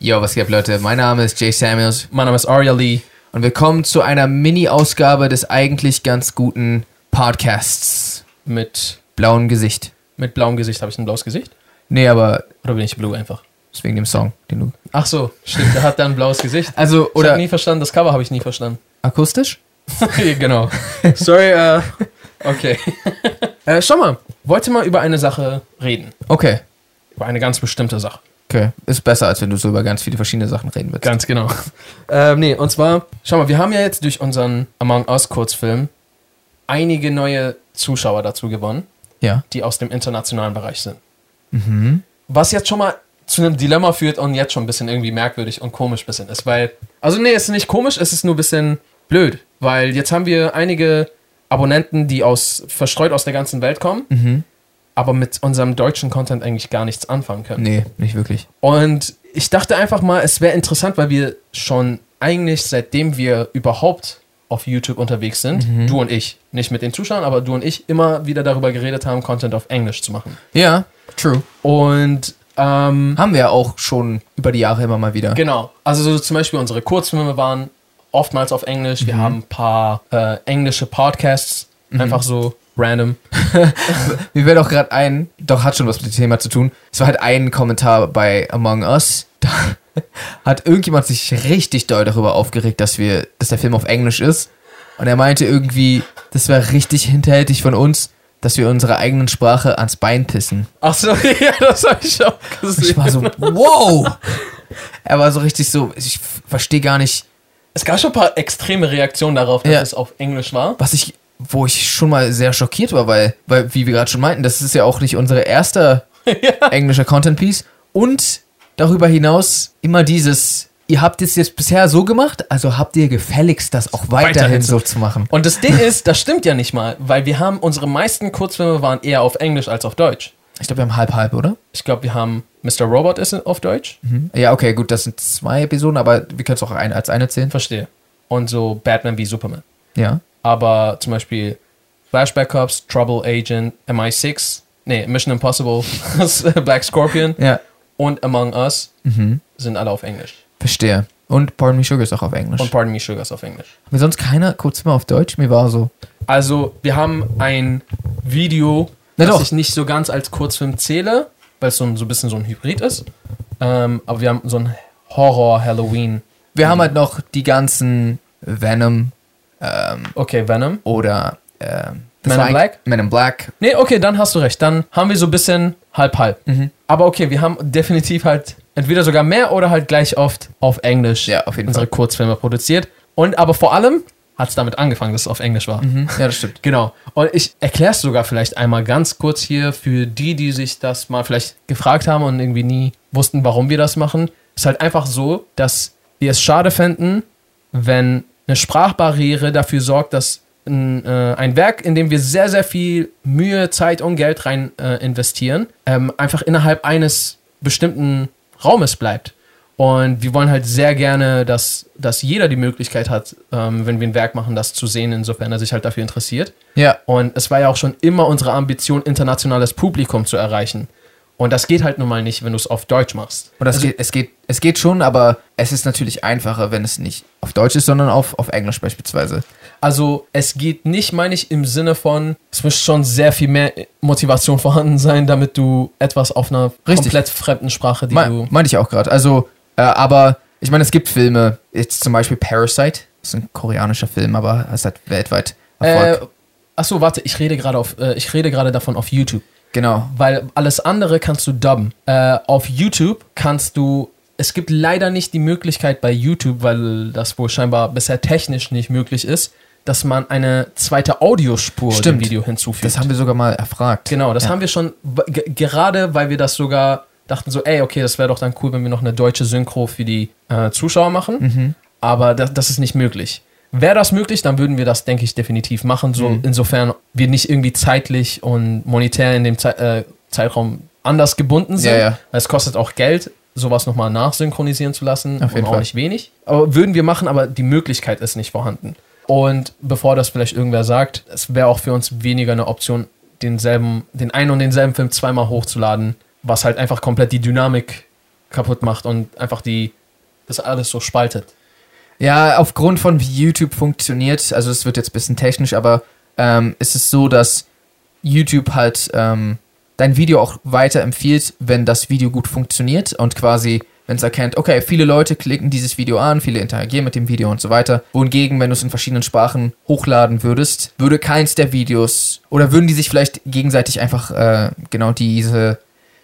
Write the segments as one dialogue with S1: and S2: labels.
S1: Yo, was geht ab, Leute? Mein Name ist Jay Samuels
S2: Mein Name ist Aria Lee.
S1: und willkommen zu einer Mini-Ausgabe des eigentlich ganz guten Podcasts.
S2: Mit,
S1: Blauen Gesicht.
S2: mit blauem Gesicht. Habe ich ein blaues Gesicht?
S1: Nee, aber
S2: Oder bin ich blue einfach?
S1: ist wegen dem Song, den du.
S2: Ach so, stimmt. Der hat dann ein blaues Gesicht.
S1: Also,
S2: Ich habe
S1: oder
S2: nie verstanden. Das Cover habe ich nie verstanden.
S1: akustisch?
S2: genau. Sorry, äh, okay. äh, schau mal. Wollte mal über eine Sache reden.
S1: Okay,
S2: Über eine ganz bestimmte Sache.
S1: okay. Ist besser, als wenn du so über ganz viele verschiedene Sachen reden willst.
S2: Ganz genau. Ähm, nee, und zwar, schau mal, wir haben ja jetzt durch unseren Among Us Kurzfilm einige neue Zuschauer dazu gewonnen,
S1: Ja.
S2: die aus dem internationalen Bereich sind. Was jetzt schon mal zu einem Dilemma führt und jetzt schon ein bisschen irgendwie merkwürdig und komisch ein bisschen ist, weil, also nee, es ist nicht komisch, es ist nur ein bisschen blöd, weil jetzt haben wir einige Abonnenten, die aus, verstreut aus der ganzen Welt kommen, aber mit unserem deutschen Content eigentlich gar nichts anfangen können.
S1: Nee, nicht wirklich.
S2: Und ich dachte einfach mal, es wäre interessant, weil wir schon eigentlich seitdem wir überhaupt auf YouTube unterwegs sind,
S1: Mhm.
S2: du und ich, nicht mit den Zuschauern, aber du und ich immer wieder darüber geredet haben, Content auf Englisch zu machen.
S1: Ja, true.
S2: Und ähm,
S1: Haben wir ja auch schon über die Jahre immer mal wieder.
S2: genau, also so zum Beispiel unsere Kurzfilme waren oftmals auf Englisch.
S1: Mhm.
S2: Wir haben ein paar äh, englische Podcasts, einfach so random.
S1: Mir fällt auch gerade ein, doch hat schon was mit dem Thema zu tun. Es war halt ein Kommentar bei Among Us. Da hat irgendjemand sich richtig doll darüber aufgeregt, dass wir, dass der Film auf Englisch ist. Und er meinte irgendwie, das war richtig hinterhältig von uns, dass wir unsere eigenen Sprache ans Bein pissen.
S2: Achso, ja, das habe ich auch
S1: Und ich
S2: gesehen.
S1: war so, wow! Er war so richtig so, ich verstehe gar nicht,
S2: Es gab schon ein paar extreme Reaktionen darauf, dass
S1: Ja.
S2: es auf Englisch war.
S1: was ich, wo ich schon mal sehr schockiert war, weil, weil wie wir gerade schon meinten, das ist ja auch nicht unsere erste englische Content Piece. Und darüber hinaus immer dieses, ihr habt es jetzt bisher so gemacht, also habt ihr gefälligst das auch weiterhin,
S2: Weiterhin so.
S1: so zu machen.
S2: Und das Ding ist, das stimmt ja nicht mal, weil wir haben, unsere meisten Kurzfilme waren eher auf Englisch als auf Deutsch.
S1: Ich glaube, wir haben halb halb, oder?
S2: Ich glaube, wir haben Mr. Robot ist auf Deutsch.
S1: Ja, okay, gut, das sind zwei Episoden, aber wir können es auch ein, als eine zählen.
S2: Verstehe. Und so Batman wie Superman.
S1: Ja.
S2: Aber zum Beispiel Flashback Cops, Trouble Agent, MI6, nee, Mission Impossible, Black Scorpion
S1: Ja.
S2: und Among Us sind alle auf Englisch.
S1: Verstehe. Und Pardon Me Sugar ist auch auf Englisch.
S2: Und Pardon Me Sugar ist auf Englisch.
S1: haben wir sonst keiner kurz mal auf Deutsch? Mir war so.
S2: Also, wir haben ein Video,
S1: Na
S2: das
S1: doch.
S2: ich nicht so ganz als Kurzfilm zähle, weil es so ein, so ein bisschen so ein Hybrid ist. Ähm, aber wir haben so ein Horror-Halloween.
S1: Wir haben halt noch die ganzen Venom
S2: Okay, Venom.
S1: oder ähm, das war
S2: Men in
S1: eigentlich-
S2: Black?
S1: Men in Black.
S2: Nee, okay, dann hast du recht. Dann haben wir so ein bisschen halb-halb.
S1: Mhm.
S2: Aber okay, wir haben definitiv halt entweder sogar mehr oder halt gleich oft auf Englisch
S1: Ja, auf jeden
S2: unsere Kurzfilme produziert. Und aber vor allem hat es damit angefangen, dass es auf Englisch war.
S1: Ja, das stimmt.
S2: Genau. Und ich erkläre es sogar vielleicht einmal ganz kurz hier für die, die sich das mal vielleicht gefragt haben und irgendwie nie wussten, warum wir das machen. Es ist halt einfach so, dass wir es schade fänden, wenn eine Sprachbarriere dafür sorgt, dass ein, äh, ein Werk, in dem wir sehr, sehr viel Mühe, Zeit und Geld rein äh, investieren, ähm, einfach innerhalb eines bestimmten Raumes bleibt. Und wir wollen halt sehr gerne, dass, dass jeder die Möglichkeit hat, ähm, wenn wir ein Werk machen, das zu sehen, insofern er sich halt dafür interessiert.
S1: Ja,
S2: Und es war ja auch schon immer unsere Ambition, internationales Publikum zu erreichen. Und das geht halt nun mal nicht, wenn du es auf Deutsch machst.
S1: und das geht, es, geht, es geht schon, aber es ist natürlich einfacher, wenn es nicht auf Deutsch ist, sondern auf, auf Englisch beispielsweise.
S2: Also es geht nicht, meine ich, im Sinne von, es muss schon sehr viel mehr Motivation vorhanden sein, damit du etwas auf einer
S1: Richtig.
S2: komplett fremden Sprache, die
S1: Me
S2: du...
S1: meinte ich auch gerade. Also, äh, aber ich meine, es gibt Filme, jetzt zum Beispiel Parasite, ist ein koreanischer Film, aber es hat weltweit
S2: Äh,
S1: Erfolg.
S2: achso, warte, ich rede gerade auf, äh, ich rede gerade davon auf YouTube.
S1: genau.
S2: weil alles andere kannst du dubben. Äh, auf YouTube kannst du. Es gibt leider nicht die Möglichkeit bei YouTube, weil das wohl scheinbar bisher technisch nicht möglich ist, dass man eine zweite Audiospur dem
S1: Stimmt.
S2: Video hinzufügt.
S1: Das haben wir sogar mal erfragt.
S2: genau, das
S1: ja.
S2: haben wir schon w- ge- gerade, weil wir das sogar dachten so, ey, okay, das wäre doch dann cool, wenn wir noch eine deutsche Synchro für die äh, Zuschauer machen.
S1: Mhm.
S2: Aber das, das ist nicht möglich. Wäre das möglich, dann würden wir das, denke ich, definitiv machen. So,
S1: Mhm.
S2: Insofern wir nicht irgendwie zeitlich und monetär in dem Zei äh, Zeitraum anders gebunden sind.
S1: Ja, ja.
S2: Weil es kostet auch Geld, sowas nochmal nachsynchronisieren zu lassen.
S1: Auf jeden
S2: und auch
S1: Fall.
S2: nicht wenig. Aber würden wir machen, aber die Möglichkeit ist nicht vorhanden. Und bevor das vielleicht irgendwer sagt, es wäre auch für uns weniger eine Option, denselben, den einen und denselben Film zweimal hochzuladen, was halt einfach komplett die Dynamik kaputt macht und einfach die das alles so spaltet.
S1: Ja, aufgrund von wie YouTube funktioniert, also das wird jetzt ein bisschen technisch, aber ähm, ist es so, dass YouTube halt ähm, dein Video auch weiterempfiehlt, wenn das Video gut funktioniert und quasi, wenn es erkennt, okay, viele Leute klicken dieses Video an, viele interagieren mit dem Video und so weiter. Wohingegen, wenn du es in verschiedenen Sprachen hochladen würdest, würde keins der Videos oder würden die sich vielleicht gegenseitig einfach äh, genau diese,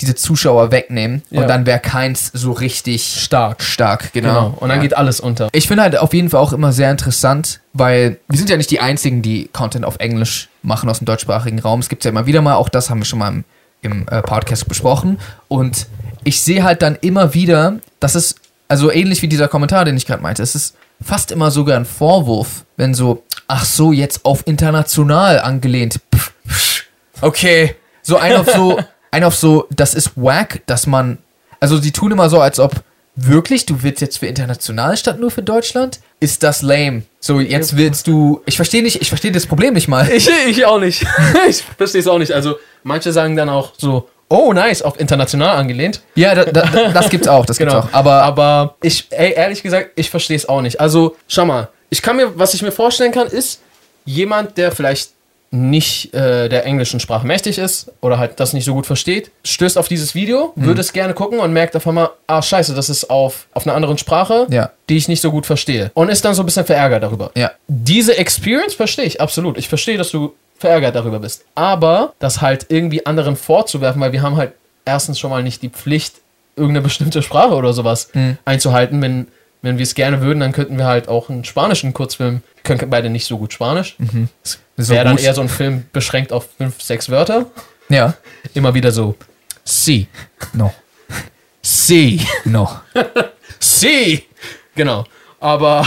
S1: diese Zuschauer wegnehmen
S2: Ja.
S1: und dann wäre keins so richtig
S2: Stark.
S1: stark, genau.
S2: Genau. Und dann
S1: ja.
S2: geht alles unter.
S1: Ich finde halt auf jeden Fall auch immer sehr interessant, weil wir sind ja nicht die einzigen, die Content auf Englisch machen aus dem deutschsprachigen Raum. Es gibt ja immer wieder mal, auch das haben wir schon mal im, im äh, Podcast besprochen. Und ich sehe halt dann immer wieder, dass es, also ähnlich wie dieser Kommentar, den ich gerade meinte, es ist fast immer sogar ein Vorwurf, wenn so, ach so, jetzt auf international angelehnt. Pff, pff, okay. So ein auf so, ein auf so, das ist wack, dass man, also die tun immer so, als ob Wirklich? Du willst jetzt für international statt nur für Deutschland? Ist das lame? So, jetzt willst du. Ich verstehe nicht, ich verstehe das Problem nicht mal.
S2: Ich, ich auch nicht. ich verstehe es auch nicht. Also, manche sagen dann auch so, oh nice, auf international angelehnt.
S1: Ja, da, da, da- das gibt's auch, das gibt's
S2: Genau.
S1: auch. Aber
S2: aber ich, ey, ehrlich gesagt, ich verstehe es auch nicht. Also, schau mal, ich kann mir, was ich mir vorstellen kann, ist jemand, der vielleicht nicht äh, der englischen Sprache mächtig ist oder halt das nicht so gut versteht, stößt auf dieses Video,
S1: Mhm.
S2: würde es gerne gucken und merkt auf einmal, ah scheiße, das ist auf, auf einer anderen Sprache,
S1: Ja.
S2: die ich nicht so gut verstehe. Und ist dann so ein bisschen verärgert darüber.
S1: Ja.
S2: Diese Experience verstehe ich absolut. Ich verstehe, dass du verärgert darüber bist. Aber das halt irgendwie anderen vorzuwerfen, weil wir haben halt erstens schon mal nicht die Pflicht, irgendeine bestimmte Sprache oder sowas
S1: Mhm.
S2: einzuhalten. Wenn, wenn wir es gerne würden, dann könnten wir halt auch einen spanischen Kurzfilm, können beide nicht so gut Spanisch.
S1: Mhm. Ah, so
S2: Wäre dann
S1: gut.
S2: eher so ein Film beschränkt auf fünf, sechs Wörter.
S1: ja.
S2: Immer wieder so. Sie.
S1: No.
S2: Sie.
S1: No.
S2: Sie! Genau. Aber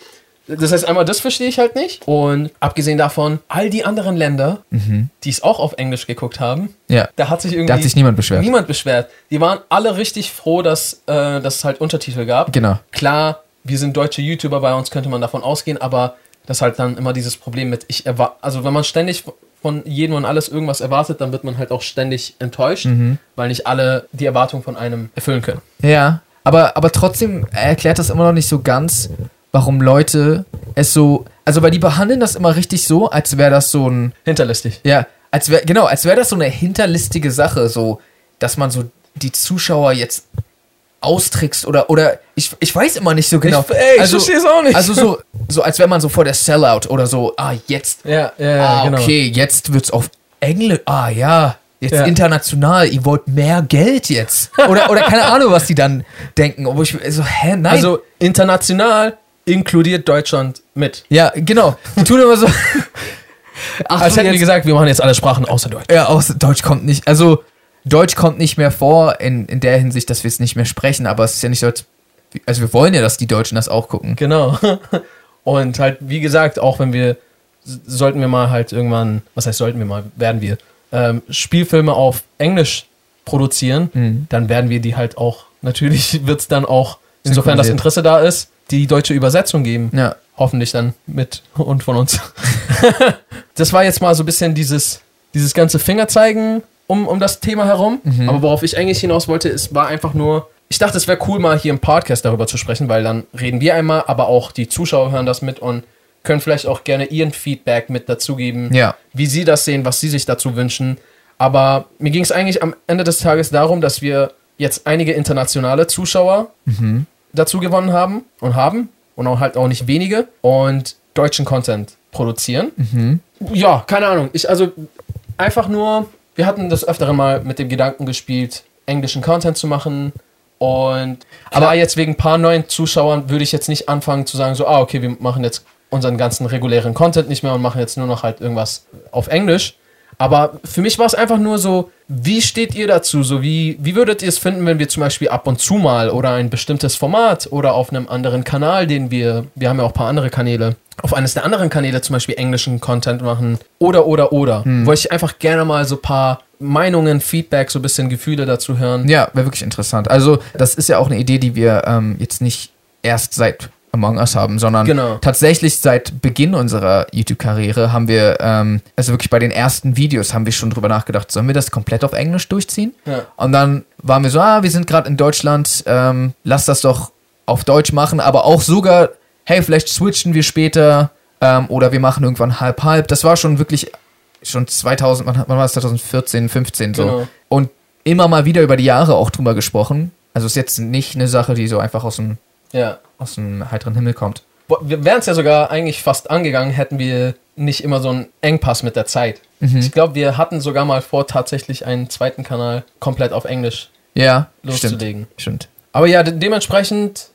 S2: das heißt, einmal das verstehe ich halt nicht. Und abgesehen davon, all die anderen Länder, die es auch auf Englisch geguckt haben,
S1: Ja.
S2: da hat sich irgendwie
S1: Mhm. Da hat sich niemand beschwert.
S2: niemand beschwert. Die waren alle richtig froh, dass, äh, dass es halt Untertitel gab.
S1: Genau.
S2: Klar, wir sind deutsche YouTuber, bei uns könnte man davon ausgehen, aber das ist halt dann immer dieses Problem mit, ich erwar- also wenn man ständig von jedem und alles irgendwas erwartet, dann wird man halt auch ständig enttäuscht,
S1: Mhm.
S2: weil nicht alle die Erwartung von einem erfüllen können.
S1: Ja. Aber, aber trotzdem erklärt das immer noch nicht so ganz, warum Leute es so. Also, weil die behandeln das immer richtig so, als wäre das so ein.
S2: Hinterlistig.
S1: Ja, als wär, genau, als wäre das so eine hinterlistige Sache, so, dass man so die Zuschauer jetzt austrickst oder, oder ich, ich weiß immer nicht so genau.
S2: Ich- ey, ich versteh's auch nicht.
S1: Also so, so als wäre man so vor der Sellout oder so, ah, jetzt,
S2: Ja, ja, ja,
S1: ah,
S2: genau.
S1: okay, jetzt wird's auf Englisch, ah, ja, jetzt
S2: Ja.
S1: international, ihr wollt mehr Geld jetzt. Oder, oder keine Ahnung, was die dann denken, obwohl ich, so, hä, nein.
S2: Also international inkludiert Deutschland mit.
S1: ja, genau, die tun immer so. Also, Ach,
S2: Als
S1: so,
S2: Also, hätten
S1: jetzt-
S2: wir gesagt, wir machen jetzt alle Sprachen außer Deutsch.
S1: Ja, aus Deutsch kommt nicht. Also Deutsch kommt nicht mehr vor in, in der Hinsicht, dass wir es nicht mehr sprechen, aber es ist ja nicht so, als- also wir wollen ja, dass die Deutschen das auch gucken.
S2: Genau. Und halt, wie gesagt, auch wenn wir, s- sollten wir mal halt irgendwann, was heißt sollten wir mal, werden wir, ähm, Spielfilme auf Englisch produzieren,
S1: Mhm.
S2: dann werden wir die halt auch, natürlich wird es dann auch, insofern das
S1: Synchronisiert.
S2: Interesse da ist, die deutsche Übersetzung geben.
S1: Ja.
S2: Hoffentlich dann mit und von uns. das war jetzt mal so ein bisschen dieses, dieses ganze Fingerzeigen um, um das Thema herum. Aber worauf ich eigentlich hinaus wollte, ist, war einfach nur, ich dachte, es wäre cool, mal hier im Podcast darüber zu sprechen, weil dann reden wir einmal, aber auch die Zuschauer hören das mit und können vielleicht auch gerne ihren Feedback mit dazugeben,
S1: Ja.
S2: wie sie das sehen, was sie sich dazu wünschen. Aber mir ging es eigentlich am Ende des Tages darum, dass wir jetzt einige internationale Zuschauer dazu gewonnen haben und haben und auch halt auch nicht wenige und deutschen Content produzieren. Ja, keine Ahnung. Ich also einfach nur, wir hatten das öfteren mal mit dem Gedanken gespielt, englischen Content zu machen und aber jetzt wegen ein paar neuen Zuschauern würde ich jetzt nicht anfangen zu sagen so, ah okay, wir machen jetzt unseren ganzen regulären Content nicht mehr und machen jetzt nur noch halt irgendwas auf Englisch. Aber für mich war es einfach nur so, wie steht ihr dazu? So wie, wie würdet ihr es finden, wenn wir zum Beispiel ab und zu mal oder ein bestimmtes Format oder auf einem anderen Kanal, den wir, wir haben ja auch ein paar andere Kanäle, auf eines der anderen Kanäle zum Beispiel englischen Content machen oder, oder, oder.
S1: Hm.
S2: Wollte ich einfach gerne mal so ein paar Meinungen, Feedback, so ein bisschen Gefühle dazu hören.
S1: Ja, wäre wirklich interessant. Also das ist ja auch eine Idee, die wir ähm, jetzt nicht erst seit Among Us haben, sondern
S2: Genau.
S1: tatsächlich seit Beginn unserer YouTube-Karriere haben wir, ähm, also wirklich bei den ersten Videos haben wir schon drüber nachgedacht, sollen wir das komplett auf Englisch durchziehen?
S2: Ja.
S1: Und dann waren wir so, ah, wir sind gerade in Deutschland, ähm, lass das doch auf Deutsch machen, aber auch sogar, hey, vielleicht switchen wir später ähm, oder wir machen irgendwann halb-halb. Das war schon wirklich schon 2000, wann, hat- wann war es? 2014, 15 so.
S2: Genau.
S1: Und immer mal wieder über die Jahre auch drüber gesprochen. Also ist jetzt nicht eine Sache, die so einfach aus dem,
S2: Ja.
S1: aus dem heiteren Himmel kommt.
S2: Boah, Wir wären es ja sogar eigentlich fast angegangen, hätten wir nicht immer so einen Engpass mit der Zeit.
S1: Mhm.
S2: Ich glaube, wir hatten sogar mal vor, tatsächlich einen zweiten Kanal komplett auf Englisch
S1: Ja, stimmt.
S2: loszulegen.
S1: Stimmt.
S2: Aber ja, de dementsprechend,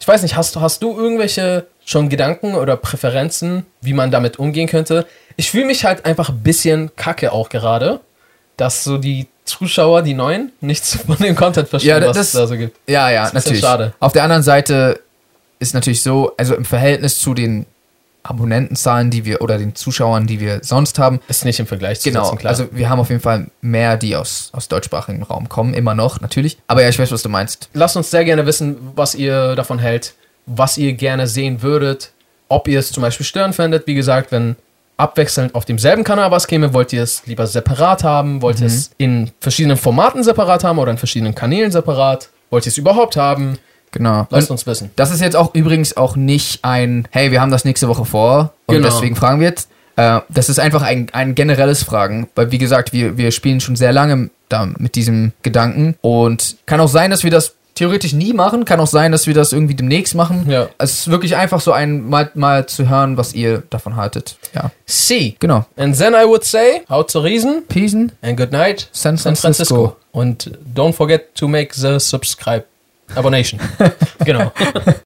S2: ich weiß nicht, hast, du- hast du irgendwelche schon Gedanken oder Präferenzen, wie man damit umgehen könnte? Ich fühle mich halt einfach ein bisschen kacke auch gerade, dass so die Zuschauer, die Neuen, nichts von dem Content verstehen,
S1: Ja, da-
S2: was
S1: das-
S2: es da so gibt.
S1: Ja, ja,
S2: Das ist ja
S1: natürlich.
S2: schade.
S1: Auf der anderen Seite ist natürlich so, also im Verhältnis zu den Abonnentenzahlen, die wir oder den Zuschauern, die wir sonst haben,
S2: Ist nicht im Vergleich zu
S1: genau.
S2: setzen, klar.
S1: Also wir haben auf jeden Fall mehr, die aus, aus deutschsprachigem Raum kommen, immer noch natürlich. Aber ja, ich weiß, was du meinst.
S2: lasst uns sehr gerne wissen, was ihr davon hält, was ihr gerne sehen würdet, ob ihr es zum Beispiel störend fändet. Wie gesagt, wenn abwechselnd auf demselben Kanal was käme, wollt ihr es lieber separat haben, wollt ihr
S1: Mhm.
S2: es in verschiedenen Formaten separat haben oder in verschiedenen Kanälen separat, wollt ihr es überhaupt haben,
S1: Genau.
S2: lasst
S1: Und
S2: uns wissen.
S1: das ist jetzt auch übrigens auch nicht ein, hey, wir haben das nächste Woche vor und
S2: Genau.
S1: deswegen fragen wir jetzt. Äh, das ist einfach ein, ein generelles Fragen, weil wie gesagt, wir, wir spielen schon sehr lange da mit diesem Gedanken und kann auch sein, dass wir das theoretisch nie machen, kann auch sein, dass wir das irgendwie demnächst machen.
S2: Ja.
S1: Es ist wirklich einfach so ein mal, mal zu hören, was ihr davon haltet. Ja,
S2: See.
S1: genau.
S2: And then I would say, haut zu Riesen
S1: Peace.
S2: and good night,
S1: San Francisco.
S2: Und don't forget to make the subscribe. Abonation. genau.